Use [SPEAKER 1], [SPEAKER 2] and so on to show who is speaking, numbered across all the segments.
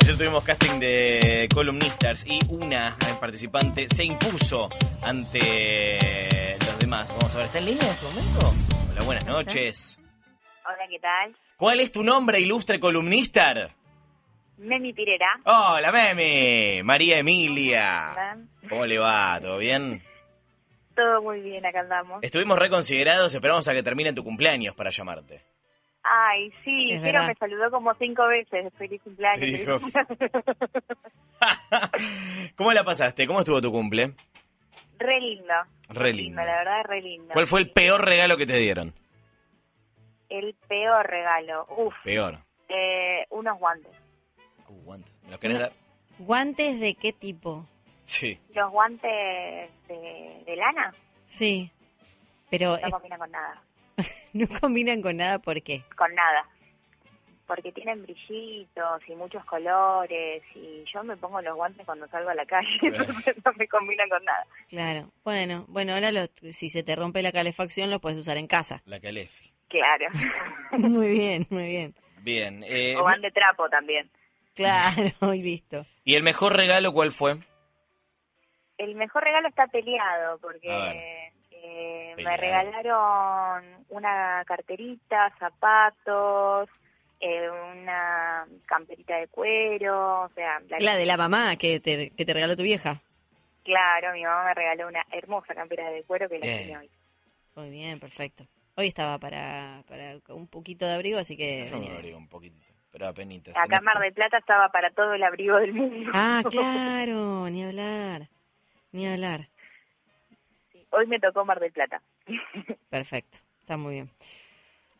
[SPEAKER 1] Ayer tuvimos casting de columnistas y una participante se impuso ante los demás. Vamos a ver, ¿está en línea en este momento? Hola, buenas noches.
[SPEAKER 2] Hola, ¿qué tal?
[SPEAKER 1] ¿Cuál es tu nombre, ilustre columnista?
[SPEAKER 2] Memi Pirera.
[SPEAKER 1] Hola, Memi. María Emilia.
[SPEAKER 2] Hola.
[SPEAKER 1] ¿Cómo le va? ¿Todo bien?
[SPEAKER 2] Todo muy bien, acá andamos.
[SPEAKER 1] Estuvimos reconsiderados, esperamos a que termine tu cumpleaños para llamarte.
[SPEAKER 2] Ay, sí,
[SPEAKER 3] Es
[SPEAKER 2] pero
[SPEAKER 3] verdad.
[SPEAKER 2] me saludó como cinco veces. Feliz cumpleaños.
[SPEAKER 1] Te dijo. ¿Cómo la pasaste? ¿Cómo estuvo tu cumple?
[SPEAKER 2] re lindo.
[SPEAKER 1] Re lindo.
[SPEAKER 2] La verdad, re lindo.
[SPEAKER 1] ¿Cuál fue el peor regalo que te dieron?
[SPEAKER 2] El peor regalo? Uf,
[SPEAKER 1] Peor.
[SPEAKER 2] eh, unos guantes.
[SPEAKER 1] Uh, guantes. ¿Me los querés dar?
[SPEAKER 3] ¿Guantes de qué tipo?
[SPEAKER 1] Sí.
[SPEAKER 2] Los guantes de, de lana
[SPEAKER 3] Sí. Pero
[SPEAKER 2] no
[SPEAKER 3] eh,
[SPEAKER 2] combinan con nada.
[SPEAKER 3] no combinan con nada, ¿por qué?
[SPEAKER 2] Con nada. Porque tienen brillitos y muchos colores. Y yo me pongo los guantes cuando salgo a la calle. entonces no me combinan con nada.
[SPEAKER 3] Claro. Bueno, bueno, ahora lo- si se te rompe la calefacción lo puedes usar en casa.
[SPEAKER 1] La Calefi.
[SPEAKER 2] Claro.
[SPEAKER 3] Muy bien, muy bien.
[SPEAKER 1] Bien. eh,
[SPEAKER 2] o van de trapo también.
[SPEAKER 3] Claro, y listo.
[SPEAKER 1] ¿Y el mejor regalo cuál fue?
[SPEAKER 2] El mejor regalo está peleado
[SPEAKER 1] A
[SPEAKER 2] porque eh, me
[SPEAKER 1] Peleado.
[SPEAKER 2] regalaron una carterita, zapatos, eh, una camperita de cuero, o sea, la-
[SPEAKER 3] La de la mamá que te, que te regaló tu vieja.
[SPEAKER 2] claro, mi mamá me regaló una hermosa campera de cuero que la
[SPEAKER 1] Bien.
[SPEAKER 2] tiene hoy.
[SPEAKER 3] Muy bien, perfecto. Hoy estaba para, para un poquito de abrigo, así que...
[SPEAKER 1] Yo me
[SPEAKER 3] Eh, venía bien.
[SPEAKER 1] abrigo un poquitito, pero apenas.
[SPEAKER 2] Acá en Mar del Plata estaba para todo el abrigo del mundo.
[SPEAKER 3] Ah, claro, ni hablar. Ni hablar.
[SPEAKER 2] Hoy me tocó Mar del Plata.
[SPEAKER 3] Perfecto, está muy bien.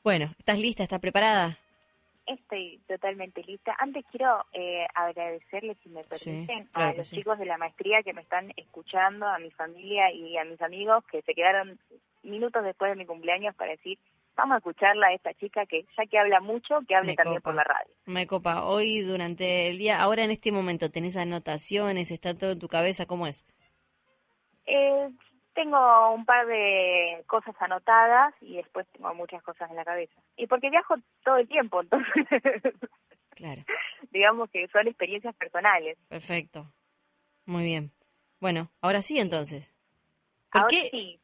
[SPEAKER 3] Bueno, ¿estás lista? ¿Estás preparada?
[SPEAKER 2] Estoy totalmente lista. Antes quiero eh, agradecerles, si me
[SPEAKER 3] Sí,
[SPEAKER 2] permiten, a
[SPEAKER 3] claro que
[SPEAKER 2] los
[SPEAKER 3] sí.
[SPEAKER 2] chicos de la maestría que me están escuchando, a mi familia y a mis amigos que se quedaron minutos después de mi cumpleaños para decir, vamos a escucharla a esta chica que ya que habla mucho, que hable
[SPEAKER 3] Me
[SPEAKER 2] también
[SPEAKER 3] copa.
[SPEAKER 2] por la radio.
[SPEAKER 3] Me copa, hoy durante el día, ahora en este momento, ¿tenés anotaciones? ¿Está todo en tu cabeza? ¿Cómo es?
[SPEAKER 2] Eh, tengo un par de cosas anotadas y después tengo muchas cosas en la cabeza. Y porque viajo todo el tiempo, entonces
[SPEAKER 3] Claro,
[SPEAKER 2] digamos que son experiencias personales.
[SPEAKER 3] perfecto. Muy bien. Bueno, ahora sí entonces. ¿Por
[SPEAKER 2] Ahora
[SPEAKER 3] qué,
[SPEAKER 2] sí,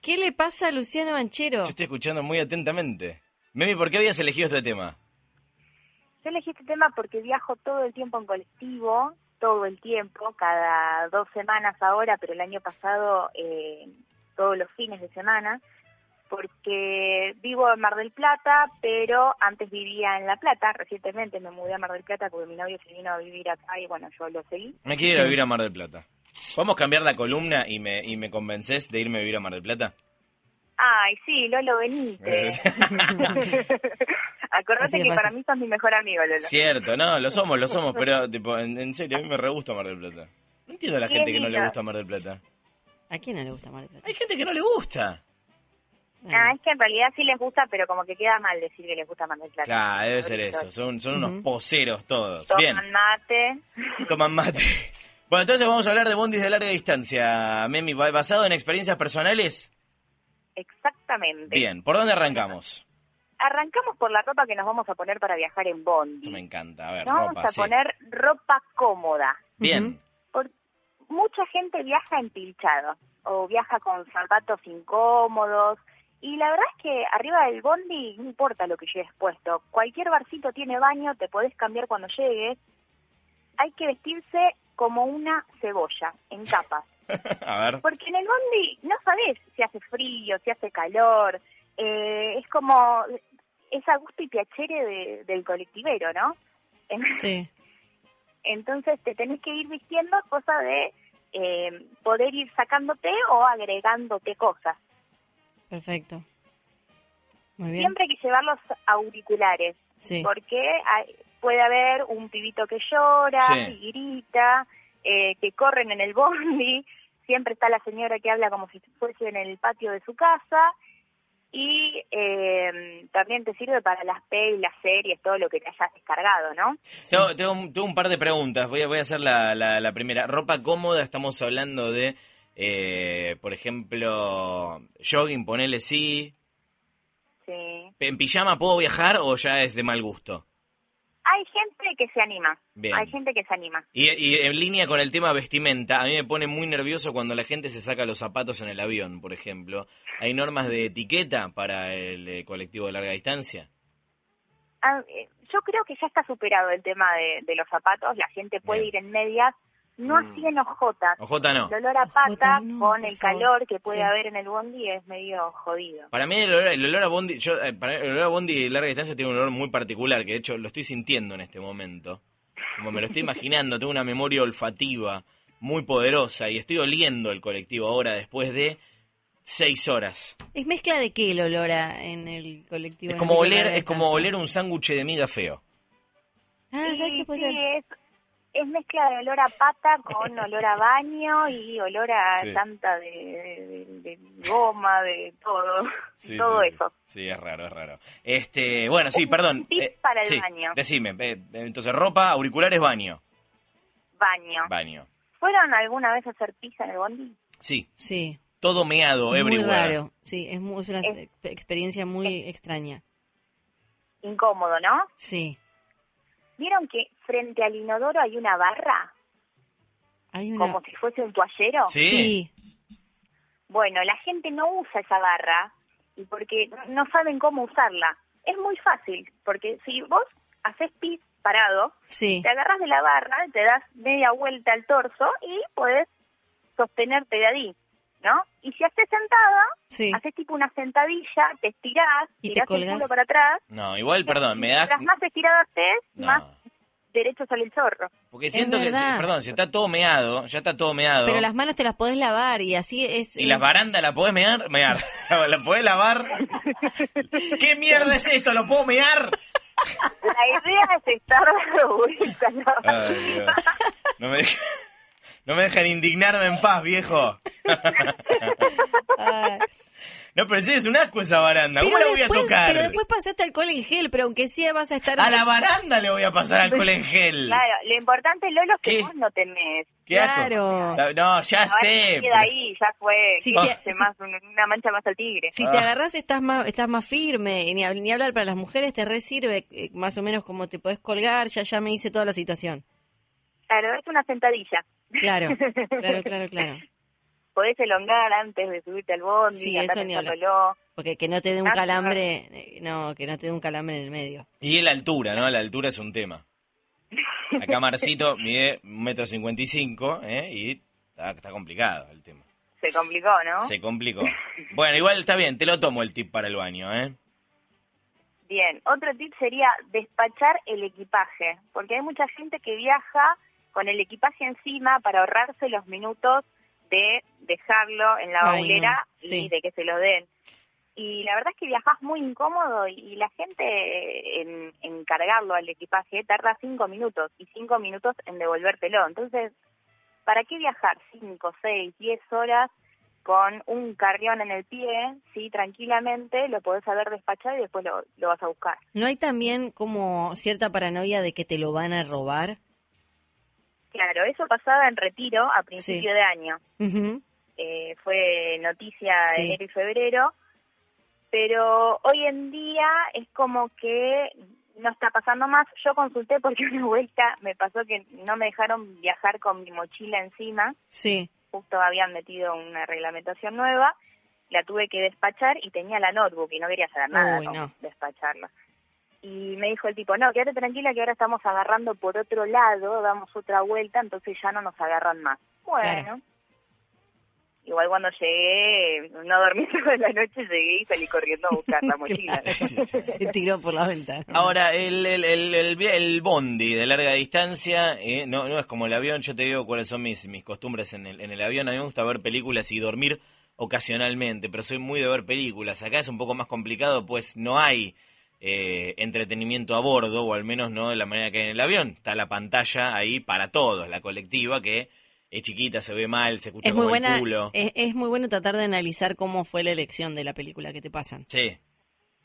[SPEAKER 3] ¿Qué le pasa a Luciano Banchero?
[SPEAKER 1] Yo estoy escuchando muy atentamente. Memi, ¿por qué habías elegido este tema?
[SPEAKER 2] Yo elegí este tema porque viajo todo el tiempo en colectivo, todo el tiempo, cada dos semanas ahora, pero el año pasado eh, todos los fines de semana, porque vivo en Mar del Plata, pero antes vivía en La Plata, recientemente me mudé a Mar del Plata porque mi novio se vino a vivir acá y bueno, yo lo seguí.
[SPEAKER 1] Me quiero ir a vivir a Mar del Plata. ¿Podemos cambiar la columna y me, y me convences de irme a vivir a Mar del Plata?
[SPEAKER 2] Ay, sí, Lolo,
[SPEAKER 1] Eh.
[SPEAKER 2] venite.
[SPEAKER 3] Así
[SPEAKER 2] Acordate
[SPEAKER 3] de
[SPEAKER 2] que para
[SPEAKER 3] fácil.
[SPEAKER 2] mí sos mi mejor amigo, Lolo.
[SPEAKER 1] Cierto, no, lo somos, lo somos, pero tipo, en, en serio, a mí me re gusta Mar del Plata. No entiendo a la
[SPEAKER 2] Qué
[SPEAKER 1] gente que no le
[SPEAKER 2] lindo.
[SPEAKER 1] gusta Mar del Plata.
[SPEAKER 3] ¿A quién no le gusta Mar del Plata?
[SPEAKER 1] Hay gente que no le gusta.
[SPEAKER 2] Ah,
[SPEAKER 3] Bueno,
[SPEAKER 2] es que en realidad sí les gusta, pero como que queda mal decir que les gusta Mar del Plata.
[SPEAKER 1] Claro, debe ser
[SPEAKER 2] Pobrecito.
[SPEAKER 1] eso. Son, son unos
[SPEAKER 3] Ujú.
[SPEAKER 1] poseros todos. Bien,
[SPEAKER 2] Toman mate.
[SPEAKER 1] toman mate. Bueno, entonces vamos a hablar de bondis de larga distancia, Memi, ¿ba- basado en experiencias personales.
[SPEAKER 2] Exactamente.
[SPEAKER 1] Bien, ¿por dónde arrancamos?
[SPEAKER 2] Arrancamos por la ropa que nos vamos a poner para viajar en
[SPEAKER 1] Esto me
[SPEAKER 2] bondi.
[SPEAKER 1] encanta. A ver,
[SPEAKER 2] Nos vamos
[SPEAKER 1] ropa,
[SPEAKER 2] a
[SPEAKER 1] sí.
[SPEAKER 2] poner ropa cómoda.
[SPEAKER 1] Bien.
[SPEAKER 2] Por- Mucha gente viaja empilchado o viaja con zapatos incómodos. Y la verdad es que arriba del bondi no importa lo que lleves puesto. Cualquier barcito tiene baño, te podés cambiar cuando llegues. Hay que vestirse como una cebolla, en capas.
[SPEAKER 1] a ver.
[SPEAKER 2] Porque en el bondi no sabes si hace frío, si hace calor. eh, es como esa gusto y piachere de- del colectivero, ¿no? En-
[SPEAKER 3] Ah, Sí,
[SPEAKER 2] Entonces te tenés que ir vistiendo cosa de eh, poder ir sacándote o agregándote cosas.
[SPEAKER 3] perfecto. Muy bien.
[SPEAKER 2] Siempre hay que llevar los auriculares.
[SPEAKER 3] Sí,
[SPEAKER 2] porque hay- puede haber un pibito que llora,
[SPEAKER 1] Sí.
[SPEAKER 2] que grita, eh, que corren en el bondi, siempre está la señora que habla como si fuese en el patio de su casa y eh, también te sirve para las pelis, las series, todo lo que te hayas descargado, ¿no?
[SPEAKER 1] Tengo, tengo un, tengo un par de preguntas. Voy a, voy a hacer la, la- la primera. Ropa cómoda, estamos hablando de, eh, por ejemplo, jogging, ponele sí.
[SPEAKER 2] Sí.
[SPEAKER 1] ¿En pijama puedo viajar o ya es de mal gusto?
[SPEAKER 2] Hay gente que se anima.
[SPEAKER 1] Bien.
[SPEAKER 2] Hay gente que se anima.
[SPEAKER 1] Y, y en línea con el tema vestimenta, a mí me pone muy nervioso cuando la gente se saca los zapatos en el avión, por ejemplo. ¿Hay normas de etiqueta para el eh, colectivo de larga distancia?
[SPEAKER 2] Ah, eh, yo creo que ya está superado el tema de, de los zapatos. La gente puede
[SPEAKER 1] Bien.
[SPEAKER 2] ir en medias. No
[SPEAKER 1] Mm.
[SPEAKER 2] así en ojotas.
[SPEAKER 1] Ojota no.
[SPEAKER 2] El olor a
[SPEAKER 3] Ojotas
[SPEAKER 2] pata
[SPEAKER 3] no,
[SPEAKER 2] con
[SPEAKER 3] por
[SPEAKER 2] el
[SPEAKER 3] favor.
[SPEAKER 2] calor que puede
[SPEAKER 3] Sí.
[SPEAKER 2] haber en el bondi es medio jodido.
[SPEAKER 1] Para mí el olor, el olor a bondi, yo, eh, para mí el olor a bondi de larga distancia tiene un olor muy particular, que de hecho lo estoy sintiendo en este momento. Como me lo estoy imaginando, tengo una memoria olfativa muy poderosa y estoy oliendo el colectivo ahora después de seis horas.
[SPEAKER 3] ¿Es mezcla de qué el olor a- en el colectivo?
[SPEAKER 1] es
[SPEAKER 3] en
[SPEAKER 1] como
[SPEAKER 3] el
[SPEAKER 1] oler,
[SPEAKER 3] lugar de
[SPEAKER 1] es como
[SPEAKER 3] descanso?
[SPEAKER 1] oler un sándwich de miga feo.
[SPEAKER 3] Ah, ¿sabes
[SPEAKER 2] Sí,
[SPEAKER 3] qué puede
[SPEAKER 2] sí,
[SPEAKER 3] ser?
[SPEAKER 2] es, es mezcla de olor a pata con olor a baño y olor a
[SPEAKER 1] Sí.
[SPEAKER 2] tanta de, de- de goma, de todo. todo eso.
[SPEAKER 1] Sí, es raro, es raro. Este, bueno, sí,
[SPEAKER 2] Un
[SPEAKER 1] perdón. eh,
[SPEAKER 2] tip para el
[SPEAKER 1] sí,
[SPEAKER 2] baño.
[SPEAKER 1] Decime, eh, entonces ropa, auriculares, baño.
[SPEAKER 2] Baño.
[SPEAKER 1] Baño.
[SPEAKER 2] ¿Fueron alguna vez a hacer pizza en el bondi?
[SPEAKER 1] Sí,
[SPEAKER 3] Sí.
[SPEAKER 1] todo meado,
[SPEAKER 3] es muy
[SPEAKER 1] everywhere.
[SPEAKER 3] raro. Sí, es, mu- es una
[SPEAKER 2] Es-
[SPEAKER 3] exp- experiencia muy extraña.
[SPEAKER 2] Incómodo, ¿no?
[SPEAKER 3] Sí.
[SPEAKER 2] ¿Vieron que frente al inodoro hay una barra?
[SPEAKER 3] Hay una...
[SPEAKER 2] Como si fuese un toallero.
[SPEAKER 1] Sí.
[SPEAKER 3] Sí.
[SPEAKER 2] Bueno, la gente no usa esa barra y porque no saben cómo usarla. Es muy fácil, porque si vos haces pis parado,
[SPEAKER 3] Sí.
[SPEAKER 1] Eh,
[SPEAKER 2] te agarras de la barra, te das media vuelta al torso y podés sostenerte de ahí, ¿no? Y si haces sentada,
[SPEAKER 3] Sí.
[SPEAKER 2] haces tipo una sentadilla, te estirás,
[SPEAKER 3] Y te
[SPEAKER 2] tirás el
[SPEAKER 3] colgás.
[SPEAKER 2] culo para atrás.
[SPEAKER 1] No, igual, perdón, me das.
[SPEAKER 2] Mientras más estirada estés,
[SPEAKER 1] No.
[SPEAKER 2] más derecho sale el chorro.
[SPEAKER 1] Porque
[SPEAKER 3] Es
[SPEAKER 1] siento que,
[SPEAKER 3] verdad.
[SPEAKER 1] si- perdón, si está todo meado, ya está todo meado.
[SPEAKER 3] Pero las eh. manos te las podés lavar y así es...
[SPEAKER 1] Y las
[SPEAKER 3] es-
[SPEAKER 1] barandas la podés mear, mear. la podés lavar. ¿Qué mierda es esto? ¿Lo puedo mear?
[SPEAKER 2] La idea es estar dando vueltas. ¿no?
[SPEAKER 1] Ay, Dios. No me dejan, no me dejan indignarme en paz, viejo.
[SPEAKER 3] Ay.
[SPEAKER 1] No, pero sí, es un asco esa baranda. ¿Cómo la voy a
[SPEAKER 3] después-
[SPEAKER 1] tocar?
[SPEAKER 3] Pero después pasaste alcohol en gel, pero aunque sí vas a estar...
[SPEAKER 1] A la baranda le voy a pasar alcohol en gel.
[SPEAKER 2] Claro, lo importante, Lolo, es que
[SPEAKER 1] ¿Qué?
[SPEAKER 2] vos no temés.
[SPEAKER 1] ¿Qué asco.
[SPEAKER 3] Claro.
[SPEAKER 1] La- No, ya
[SPEAKER 2] Ahora
[SPEAKER 1] sé.
[SPEAKER 2] queda
[SPEAKER 1] pero-
[SPEAKER 2] ahí, ya fue.
[SPEAKER 3] Si
[SPEAKER 2] que
[SPEAKER 3] te-
[SPEAKER 2] hace
[SPEAKER 3] si-
[SPEAKER 2] más, una mancha más al tigre.
[SPEAKER 3] Si
[SPEAKER 1] Ah.
[SPEAKER 3] te agarras estás más, estás más firme, y ni, hab- ni hablar para las mujeres te re sirve eh, más o menos como te podés colgar, ya ya me hice toda la situación.
[SPEAKER 2] Claro, es una sentadilla.
[SPEAKER 3] Claro, claro, claro, claro.
[SPEAKER 2] Podés elongar antes de subirte al bondi,
[SPEAKER 3] Sí,
[SPEAKER 2] andar
[SPEAKER 3] eso ni hablar.
[SPEAKER 2] pensándolo.
[SPEAKER 3] Porque que no te dé un
[SPEAKER 2] Ah,
[SPEAKER 3] calambre, eh, no, que no te dé un calambre en el medio.
[SPEAKER 1] Y la altura, ¿no? La altura es un tema. Acá Marcito mide un metro cincuenta y cinco, ¿eh? Y está, está complicado el tema.
[SPEAKER 2] Se complicó, ¿no?
[SPEAKER 1] Se complicó. Bueno, igual está bien, te lo tomo el tip para el baño, ¿eh?
[SPEAKER 2] Bien, otro tip sería despachar el equipaje, porque hay mucha gente que viaja con el equipaje encima para ahorrarse los minutos de dejarlo en la
[SPEAKER 3] Ay,
[SPEAKER 2] baulera
[SPEAKER 3] no, sí.
[SPEAKER 2] y de que se lo den. Y la verdad es que viajás muy incómodo y, y la gente eh, en, en cargarlo al equipaje tarda cinco minutos y cinco minutos en devolvértelo. Entonces, ¿para qué viajar cinco, seis, diez horas con un carrión en el pie, sí, tranquilamente, lo podés haber despachado y después lo, lo vas a buscar.
[SPEAKER 3] ¿No hay también como cierta paranoia de que te lo van a robar?
[SPEAKER 2] Claro, eso pasaba en retiro a principio de año.
[SPEAKER 3] Ujú.
[SPEAKER 2] Eh, fue noticia
[SPEAKER 3] Sí.
[SPEAKER 2] enero y febrero, pero hoy en día es como que no está pasando más. Yo consulté porque una vuelta me pasó que no me dejaron viajar con mi mochila encima.
[SPEAKER 3] Sí,
[SPEAKER 2] justo habían metido una reglamentación nueva, la tuve que despachar y tenía la notebook y no quería hacer nada
[SPEAKER 3] Uy,
[SPEAKER 2] con
[SPEAKER 3] no.
[SPEAKER 2] despacharla. Y me dijo el tipo, no, quédate tranquila que ahora estamos agarrando por otro lado, damos otra vuelta, entonces ya no nos agarran más. Bueno.
[SPEAKER 3] Claro.
[SPEAKER 2] Igual cuando llegué, no dormí toda la noche, llegué y salí corriendo a buscar la mochila.
[SPEAKER 3] se tiró por la ventana.
[SPEAKER 1] Ahora, el, el, el, el vi- el bondi de larga distancia eh, no, no es como el avión. Yo te digo cuáles son mis, mis costumbres en el, en el avión. A mí me gusta ver películas y dormir ocasionalmente, pero soy muy de ver películas. Acá es un poco más complicado, pues no hay eh, entretenimiento a bordo, o al menos no de la manera que hay en el avión. Está la pantalla ahí para todos, la colectiva que es chiquita, se ve mal, se escucha
[SPEAKER 3] es muy
[SPEAKER 1] como
[SPEAKER 3] buena, eh,
[SPEAKER 1] el culo.
[SPEAKER 3] es, es muy bueno tratar de analizar cómo fue la elección de la película que te pasan.
[SPEAKER 1] Sí.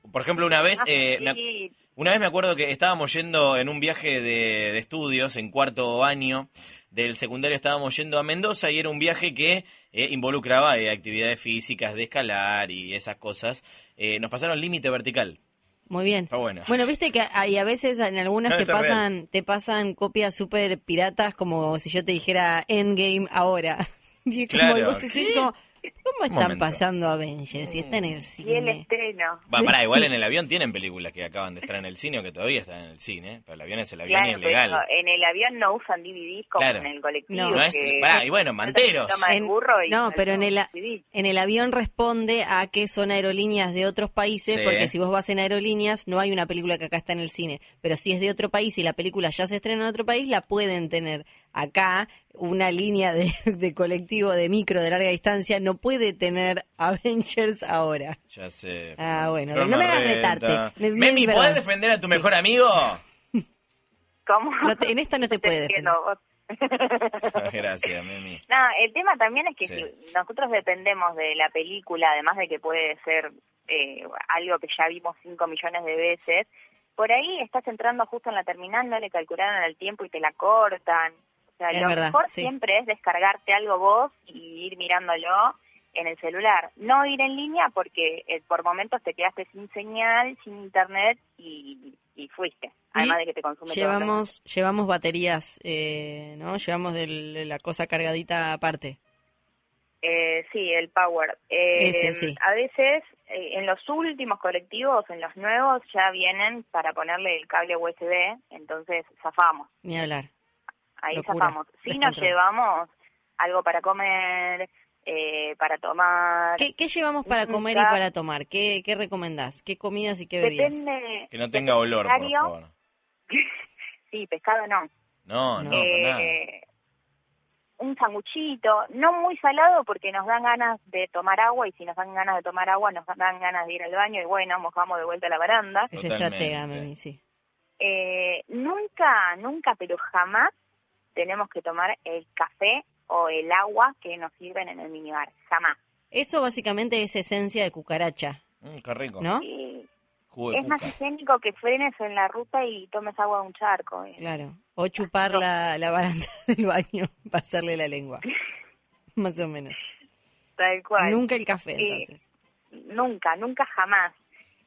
[SPEAKER 1] Por ejemplo, una
[SPEAKER 3] Ah,
[SPEAKER 1] vez... eh, me ac-
[SPEAKER 2] Sí,
[SPEAKER 1] Una vez me acuerdo que estábamos yendo en un viaje de, de estudios, en cuarto año del secundario estábamos yendo a Mendoza y era un viaje que eh, involucraba eh, actividades físicas, de escalar y esas cosas. Eh, nos pasaron límite vertical.
[SPEAKER 3] Muy bien.
[SPEAKER 1] Está buena.
[SPEAKER 3] Bueno, viste que hay a veces en algunas
[SPEAKER 1] No,
[SPEAKER 3] te
[SPEAKER 1] está
[SPEAKER 3] pasan te pasan copias súper piratas como si yo te dijera Endgame ahora. Y como-
[SPEAKER 1] Claro.
[SPEAKER 3] vos te decís
[SPEAKER 1] ¿Qué?
[SPEAKER 3] como, ¿Cómo están
[SPEAKER 1] momento.
[SPEAKER 3] pasando Avengers si está en el
[SPEAKER 2] Y el
[SPEAKER 3] cine?
[SPEAKER 2] estreno.
[SPEAKER 1] Va, pará, igual en el avión tienen películas que acaban de estar en el cine o que todavía están en el cine. Pero el avión es el avión y
[SPEAKER 2] Claro,
[SPEAKER 1] es
[SPEAKER 2] pero
[SPEAKER 1] legal.
[SPEAKER 2] en el avión no usan DVDs como
[SPEAKER 1] Claro.
[SPEAKER 2] en el colectivo.
[SPEAKER 3] No.
[SPEAKER 1] No es-
[SPEAKER 2] que-
[SPEAKER 1] pará, y bueno, manteros.
[SPEAKER 2] Toma el
[SPEAKER 3] En-
[SPEAKER 2] burro y
[SPEAKER 3] no, pero en el, a-
[SPEAKER 2] CD.
[SPEAKER 3] en el avión responde a que son aerolíneas de otros países,
[SPEAKER 1] Sí.
[SPEAKER 3] porque si vos vas en aerolíneas no hay una película que acá está en el cine, pero si es de otro país y la película ya se estrena en otro país, la pueden tener. Acá una línea de, de colectivo de micro de larga distancia no puede tener Avengers ahora.
[SPEAKER 1] Ya sé.
[SPEAKER 3] Ah, bueno,
[SPEAKER 1] Flor
[SPEAKER 3] no me hagas
[SPEAKER 1] Marreta.
[SPEAKER 3] retarte. Me- me
[SPEAKER 1] Memi,
[SPEAKER 3] di verdad.
[SPEAKER 1] ¿podés defender a tu mejor amigo?
[SPEAKER 2] ¿Cómo?
[SPEAKER 3] No te- en esta no te
[SPEAKER 2] Te
[SPEAKER 3] puede.
[SPEAKER 2] entiendo, vos.
[SPEAKER 1] Gracias, Memi.
[SPEAKER 2] No, el tema también es que
[SPEAKER 1] Sí.
[SPEAKER 2] si nosotros dependemos de la película, además de que puede ser eh, algo que ya vimos cinco millones de veces, por ahí estás entrando justo en la terminal, no le calcularon el tiempo y te la cortan. O sea,
[SPEAKER 3] Es
[SPEAKER 2] lo
[SPEAKER 3] verdad,
[SPEAKER 2] mejor
[SPEAKER 3] sí.
[SPEAKER 2] siempre es descargarte algo vos y ir mirándolo en el celular. No ir en línea porque eh, por momentos te quedaste sin señal, sin internet y, y fuiste. Además de que te consume todo el
[SPEAKER 3] Llevamos, llevamos baterías, eh, ¿no? Llevamos del- la cosa cargadita aparte.
[SPEAKER 2] Eh, sí, el Power. Eh,
[SPEAKER 3] Ese, sí.
[SPEAKER 2] A veces eh, en los últimos colectivos, en los nuevos, ya vienen para ponerle el cable USB, entonces zafamos.
[SPEAKER 3] Ni hablar.
[SPEAKER 2] Ahí
[SPEAKER 3] Locura,
[SPEAKER 2] zafamos. Si nos
[SPEAKER 3] descontrol.
[SPEAKER 2] llevamos algo para comer, eh, para tomar.
[SPEAKER 3] ¿Qué, qué llevamos para
[SPEAKER 2] Nunca.
[SPEAKER 3] comer y para tomar? ¿Qué, qué recomendás? ¿Qué comidas y qué bebidas?
[SPEAKER 2] Depende.
[SPEAKER 1] Que no tenga olor, por
[SPEAKER 2] Necesario.
[SPEAKER 1] favor.
[SPEAKER 2] Sí, pescado no.
[SPEAKER 1] No, no,
[SPEAKER 3] No.
[SPEAKER 1] con nada.
[SPEAKER 2] Eh, un sanguchito, no muy salado porque nos dan ganas de tomar agua y si nos dan ganas de tomar agua nos dan ganas de ir al baño y bueno, mojamos de vuelta a la baranda.
[SPEAKER 3] Es
[SPEAKER 1] Totalmente.
[SPEAKER 3] estratega, Memi, sí.
[SPEAKER 2] Eh, nunca, nunca, pero jamás tenemos que tomar el café o el agua que nos sirven en el minibar. Jamás.
[SPEAKER 3] Eso básicamente es esencia de cucaracha,
[SPEAKER 1] Mm, qué rico.
[SPEAKER 3] ¿no?
[SPEAKER 2] Y
[SPEAKER 1] Jugo de
[SPEAKER 2] Eh, es más
[SPEAKER 1] cuca.
[SPEAKER 2] higiénico que frenes en la ruta y tomes agua de un charco. eh.
[SPEAKER 3] Claro. O chupar la, la baranda del baño, pasarle la lengua. Más o menos.
[SPEAKER 2] Tal cual.
[SPEAKER 3] Nunca el café,
[SPEAKER 2] Sí.
[SPEAKER 3] entonces.
[SPEAKER 2] Nunca, nunca jamás.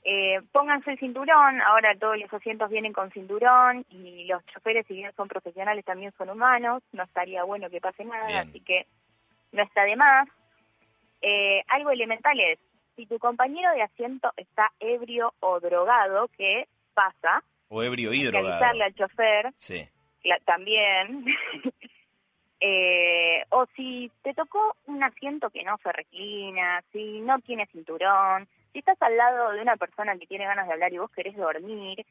[SPEAKER 2] Eh, pónganse el cinturón, ahora todos los asientos vienen con cinturón y los choferes, si bien son profesionales, también son humanos, no estaría bueno que pase nada,
[SPEAKER 1] Bien.
[SPEAKER 2] así que no está de más. Eh, algo elemental es, si tu compañero de asiento está ebrio o drogado, ¿qué pasa?
[SPEAKER 1] O ebrio
[SPEAKER 2] Hay que
[SPEAKER 1] hidrogado.
[SPEAKER 2] avisarle al chofer
[SPEAKER 1] Sí.
[SPEAKER 2] la- también. Eh, o si te tocó un asiento que no se reclina, si no tienes cinturón, si estás al lado de una persona que tiene ganas de hablar y vos querés dormir,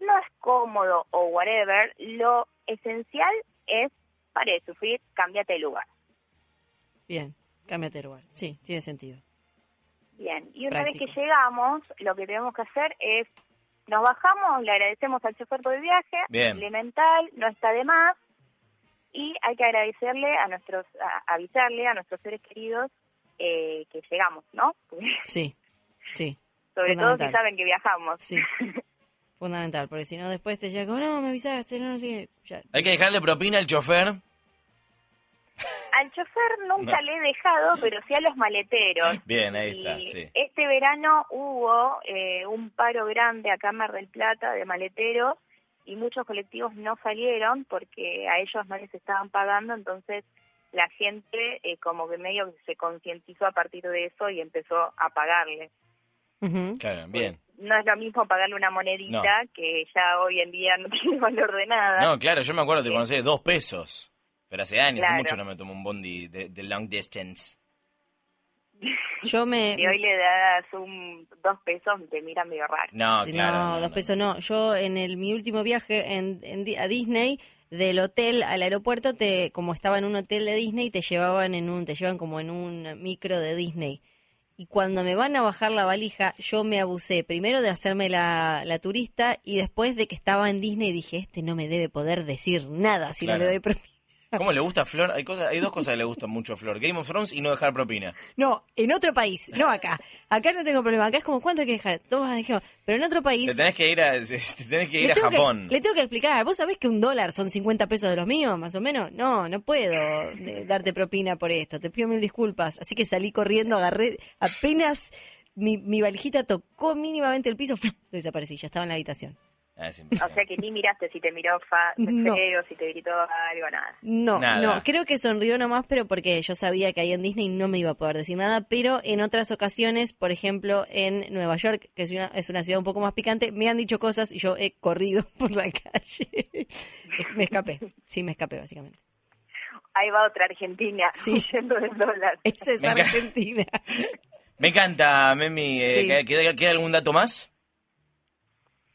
[SPEAKER 2] no es cómodo o whatever, lo esencial es, para de sufrir, cámbiate de lugar.
[SPEAKER 3] Bien. Cámbiate de lugar. Sí, tiene sentido.
[SPEAKER 2] Bien, y una vez
[SPEAKER 3] Práctico.
[SPEAKER 2] que llegamos, lo que tenemos que hacer es, nos bajamos, le agradecemos al chofer por el viaje,
[SPEAKER 1] Bien.
[SPEAKER 2] elemental, no está de más, y hay que agradecerle a nuestros, a- avisarle a nuestros seres queridos eh, que llegamos, ¿no?
[SPEAKER 3] Sí. Sí.
[SPEAKER 2] Sobre todo si
[SPEAKER 3] Fundamental.
[SPEAKER 2] saben que viajamos.
[SPEAKER 3] Sí. Fundamental, porque si no después te llega como, no, me avisaste, no, no sé qué. Ya.
[SPEAKER 1] Hay que dejarle propina al chofer.
[SPEAKER 2] Al chofer nunca le he dejado, pero sí a los maleteros.
[SPEAKER 1] Bien, ahí está,
[SPEAKER 2] Y
[SPEAKER 1] sí.
[SPEAKER 2] Este verano hubo eh, un paro grande acá en Mar del Plata de maleteros y muchos colectivos no salieron porque a ellos no les estaban pagando, entonces la gente eh, como que medio que se concientizó a partir de eso y empezó a pagarle.
[SPEAKER 3] Ujú.
[SPEAKER 1] Claro, bien.
[SPEAKER 2] No es lo mismo pagarle una monedita
[SPEAKER 1] No.
[SPEAKER 2] que ya hoy en día no tiene valor de nada.
[SPEAKER 1] No, claro, yo me acuerdo que conocí de dos pesos. Pero hace años, hace
[SPEAKER 2] Claro.
[SPEAKER 1] mucho no me tomo un bondi de, de long distance.
[SPEAKER 3] Yo me...
[SPEAKER 2] Si hoy le das un dos pesos te miran medio raro.
[SPEAKER 1] No,
[SPEAKER 3] Sí,
[SPEAKER 1] claro.
[SPEAKER 3] no, dos pesos no. Yo en el, mi último viaje en, en Di- a Disney, del hotel al aeropuerto, te, como estaba en un hotel de Disney, te llevaban en un, te llevan como en un micro de Disney. Y cuando me van a bajar la valija, yo me abusé primero de hacerme la, la turista y después de que estaba en Disney dije, este no me debe poder decir nada si no
[SPEAKER 1] Claro.
[SPEAKER 3] le doy propina.
[SPEAKER 1] ¿Cómo le gusta a Flor? Hay, cosas, hay dos cosas que le gustan mucho a Flor. Game of Thrones y no dejar propina.
[SPEAKER 3] No, en otro país, no acá. Acá no tengo problema, acá es como cuánto hay que dejar. Toma, dejemos. Pero en otro país...
[SPEAKER 1] Te tenés que ir a, te tenés que ir
[SPEAKER 3] Le
[SPEAKER 1] a
[SPEAKER 3] tengo que-
[SPEAKER 1] Japón.
[SPEAKER 3] le tengo que explicar. ¿Vos sabés que un dólar son 50 pesos de los míos, más o menos? No, no puedo eh, darte propina por esto. Te pido mil disculpas. Así que salí corriendo, agarré apenas mi, mi valijita tocó mínimamente el piso, desaparecí, ya estaba en la habitación.
[SPEAKER 1] Ah, es
[SPEAKER 2] O sea que ni miraste si te miró fa
[SPEAKER 3] No.
[SPEAKER 2] feo, si te gritó algo, nada.
[SPEAKER 3] No,
[SPEAKER 1] Nada.
[SPEAKER 3] no, creo que sonrió nomás, pero porque yo sabía que ahí en Disney no me iba a poder decir nada, pero en otras ocasiones, por ejemplo, en Nueva York, que es una, es una ciudad un poco más picante, me han dicho cosas y yo he corrido por la calle. me escapé, sí, me escapé básicamente.
[SPEAKER 2] Ahí va otra Argentina,
[SPEAKER 3] Sí. Eh.
[SPEAKER 2] huyendo del dólar.
[SPEAKER 3] Esa es
[SPEAKER 1] Me encanta.
[SPEAKER 3] Argentina.
[SPEAKER 1] Me encanta, Memi. Eh,
[SPEAKER 3] Sí.
[SPEAKER 1] ¿queda- ¿queda, queda algún dato más?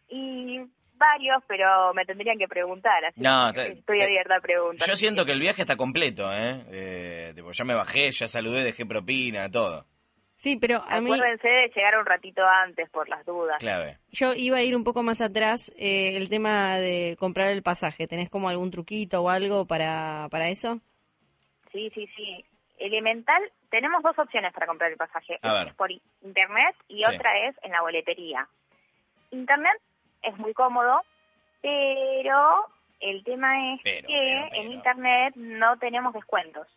[SPEAKER 2] Y varios, pero me tendrían que preguntar, así
[SPEAKER 1] No, Eh,
[SPEAKER 2] que
[SPEAKER 1] te-
[SPEAKER 2] estoy
[SPEAKER 1] te-
[SPEAKER 2] abierta a preguntas.
[SPEAKER 1] Yo siento que el viaje está completo, ¿eh? Eh, tipo, ya me bajé, ya saludé, dejé propina, todo.
[SPEAKER 3] Sí, pero a mí...
[SPEAKER 2] Acuérdense de llegar un ratito antes por las dudas.
[SPEAKER 1] Clave.
[SPEAKER 3] Yo iba a ir un poco más atrás, eh, el tema de comprar el pasaje. ¿Tenés como algún truquito o algo para, para eso?
[SPEAKER 2] Sí, sí, sí. Elemental, tenemos dos opciones para comprar el pasaje.
[SPEAKER 1] A
[SPEAKER 2] Una
[SPEAKER 1] ver.
[SPEAKER 2] es por internet y
[SPEAKER 1] Sí.
[SPEAKER 2] otra es en la boletería. Internet es muy cómodo, pero el tema es
[SPEAKER 1] Pero,
[SPEAKER 2] que
[SPEAKER 1] pero, pero.
[SPEAKER 2] en internet no tenemos descuentos.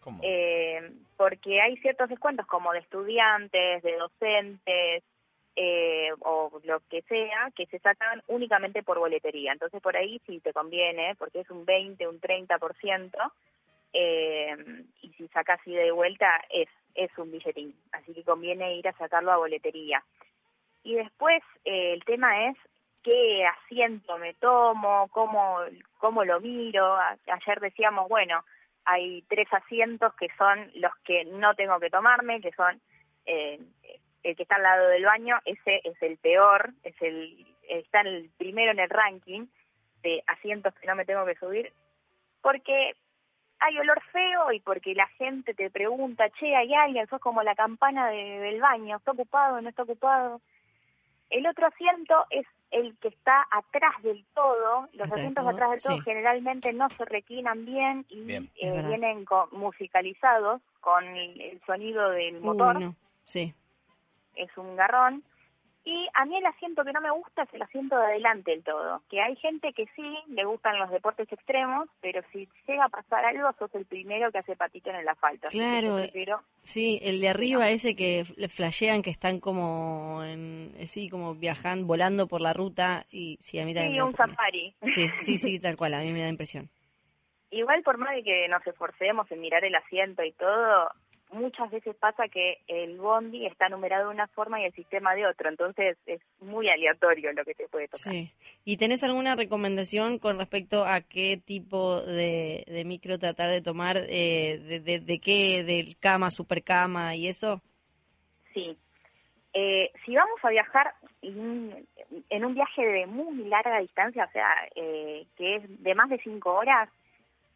[SPEAKER 1] ¿Cómo?
[SPEAKER 2] Eh, porque hay ciertos descuentos como de estudiantes, de docentes eh, o lo que sea, que se sacan únicamente por boletería. Entonces por ahí sí te conviene, porque es un 20, un 30%, eh, y si sacas ida y vuelta es, es un billetín. Así que conviene ir a sacarlo a boletería. Y después eh, el tema es qué asiento me tomo, cómo, cómo lo miro. A- Ayer decíamos, bueno, hay tres asientos que son los que no tengo que tomarme, que son eh, el que está al lado del baño, ese es el peor, es el está en el primero en el ranking de asientos que no me tengo que subir, porque hay olor feo y porque la gente te pregunta, che, hay alguien, sos como la campana de- del baño, está ocupado, no está ocupado. El otro asiento es el que está atrás del todo, los
[SPEAKER 3] Atrás del
[SPEAKER 2] asientos
[SPEAKER 3] todo,
[SPEAKER 2] atrás del todo
[SPEAKER 3] sí.
[SPEAKER 2] generalmente no se reclinan bien y
[SPEAKER 1] Bien.
[SPEAKER 2] eh,
[SPEAKER 3] Es verdad.
[SPEAKER 2] vienen co- musicalizados con el, el sonido del motor,
[SPEAKER 3] Uy, Uh, no. Sí.
[SPEAKER 2] es un garrón. Y a mí el asiento que no me gusta es el asiento de adelante del todo, que hay gente que sí le gustan los deportes extremos, pero si llega a pasar algo sos el primero que hace patito en el asfalto. Así que yo
[SPEAKER 3] Claro.
[SPEAKER 2] prefiero-
[SPEAKER 3] Sí, el de arriba ese que f- le flashean que están como en, eh, sí, como viajando, volando por la ruta y sí, a mí también.
[SPEAKER 2] sí,
[SPEAKER 3] me da
[SPEAKER 2] un
[SPEAKER 3] problema.
[SPEAKER 2] safari.
[SPEAKER 3] Sí, sí, sí, tal cual, a mí me da impresión.
[SPEAKER 2] Igual por más de que nos esforcemos en mirar el asiento y todo, muchas veces pasa que el bondi está numerado de una forma y el sistema de otro, entonces es muy aleatorio lo que te puede tocar.
[SPEAKER 3] Sí. ¿Y tenés alguna recomendación con respecto a qué tipo de, de micro tratar de tomar, eh, de, de, de qué, del cama, supercama y eso?
[SPEAKER 2] Sí. Eh, si vamos a viajar en, en un viaje de muy larga distancia, o sea, eh, que es de más de cinco horas,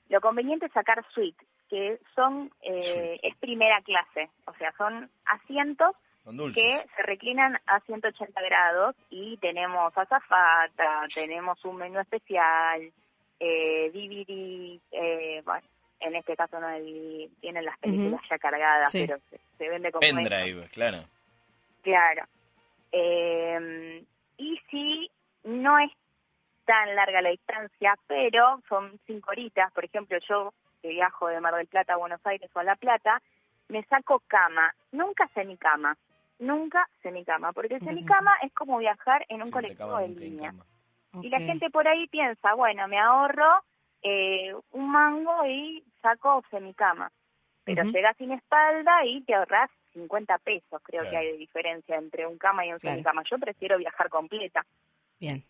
[SPEAKER 2] lo conveniente es sacar suite, que son eh,
[SPEAKER 1] Suite.
[SPEAKER 2] es primera clase, o sea, son asientos
[SPEAKER 1] Son
[SPEAKER 2] que
[SPEAKER 1] dulces.
[SPEAKER 2] se reclinan a 180 grados y tenemos azafata, tenemos un menú especial, eh, DVD, eh, bueno, en este caso no es DVD, tienen las películas ya cargadas,
[SPEAKER 3] Sí.
[SPEAKER 2] pero se, se vende como... eso.
[SPEAKER 1] Pendrive, claro.
[SPEAKER 2] Claro. Eh, y si no es tan larga la distancia, pero son cinco horitas, por ejemplo, yo que viajo de Mar del Plata a Buenos Aires o a La Plata, me saco cama, nunca semicama, nunca semicama, porque
[SPEAKER 3] Nunca
[SPEAKER 2] semicama es como viajar en un
[SPEAKER 1] Siempre
[SPEAKER 2] colectivo
[SPEAKER 1] cama,
[SPEAKER 2] de
[SPEAKER 1] nunca en
[SPEAKER 2] línea.
[SPEAKER 1] cama.
[SPEAKER 2] Y la
[SPEAKER 3] Ok.
[SPEAKER 2] gente por ahí piensa, bueno, me ahorro eh, un mango y saco semicama. Pero
[SPEAKER 3] Ujú.
[SPEAKER 2] llegás sin espalda y te ahorras 50 pesos, creo
[SPEAKER 1] Claro.
[SPEAKER 2] que hay de diferencia entre un cama y un
[SPEAKER 3] Claro.
[SPEAKER 2] semicama. Yo prefiero viajar completa.
[SPEAKER 3] Bien,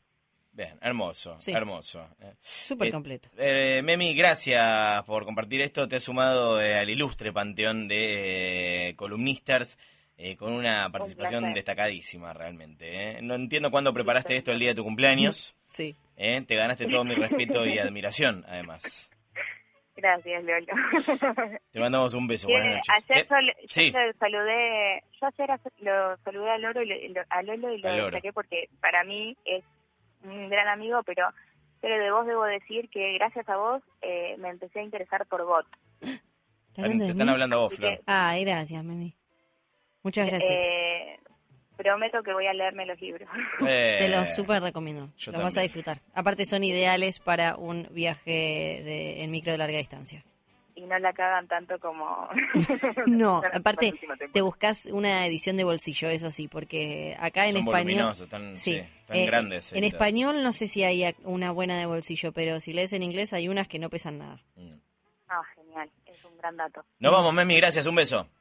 [SPEAKER 1] Bien, hermoso,
[SPEAKER 3] Sí.
[SPEAKER 1] hermoso. Eh,
[SPEAKER 3] súper
[SPEAKER 1] Eh,
[SPEAKER 3] completo.
[SPEAKER 1] Eh, Memi, gracias por compartir esto. Te has sumado eh, al ilustre panteón de eh, columnistas eh, con una participación
[SPEAKER 2] placer.
[SPEAKER 1] destacadísima realmente. ¿eh? No entiendo cuándo preparaste esto el día de tu cumpleaños.
[SPEAKER 3] Sí.
[SPEAKER 1] ¿eh? Te ganaste todo mi respeto y admiración, además.
[SPEAKER 2] Gracias, Lolo.
[SPEAKER 1] Te mandamos un beso. Buenas
[SPEAKER 2] Que
[SPEAKER 1] noches.
[SPEAKER 2] ayer
[SPEAKER 1] Eh,
[SPEAKER 2] yo, le- yo
[SPEAKER 1] sí.
[SPEAKER 2] le saludé, yo ayer as- lo saludé a Lolo y lo- y lo- a Lolo y
[SPEAKER 1] A
[SPEAKER 2] lo
[SPEAKER 1] Loro.
[SPEAKER 2] destaqué porque para mí es un gran amigo, pero pero de vos debo decir que gracias a vos eh, me empecé a interesar por Bot.
[SPEAKER 3] ¿Está
[SPEAKER 1] están- te
[SPEAKER 3] hablando de
[SPEAKER 1] están
[SPEAKER 3] mí? Eh,
[SPEAKER 1] hablando a vos, Flor.
[SPEAKER 3] Ay, gracias, Mimi. Muchas gracias.
[SPEAKER 2] Eh, prometo que voy a leerme los libros.
[SPEAKER 3] Te
[SPEAKER 1] Eh,
[SPEAKER 3] los súper recomiendo. Los
[SPEAKER 1] yo
[SPEAKER 3] vas a
[SPEAKER 1] también.
[SPEAKER 3] disfrutar. Aparte son ideales para un viaje de, en micro de larga distancia.
[SPEAKER 2] y no la cagan tanto como...
[SPEAKER 3] No,
[SPEAKER 2] Para la
[SPEAKER 3] aparte
[SPEAKER 2] última temporada.
[SPEAKER 3] te buscas una edición de bolsillo, eso sí, porque acá en
[SPEAKER 1] Son
[SPEAKER 3] español...
[SPEAKER 1] voluminosos, tan,
[SPEAKER 3] Sí,
[SPEAKER 1] sí, tan
[SPEAKER 3] eh,
[SPEAKER 1] grandes.
[SPEAKER 3] En
[SPEAKER 1] editadas.
[SPEAKER 3] español no sé si hay ac- una buena de bolsillo, pero si lees en inglés hay unas que no pesan nada.
[SPEAKER 1] Mm.
[SPEAKER 2] Ah, genial, es un gran dato.
[SPEAKER 1] Nos vamos, Memi, gracias, un beso.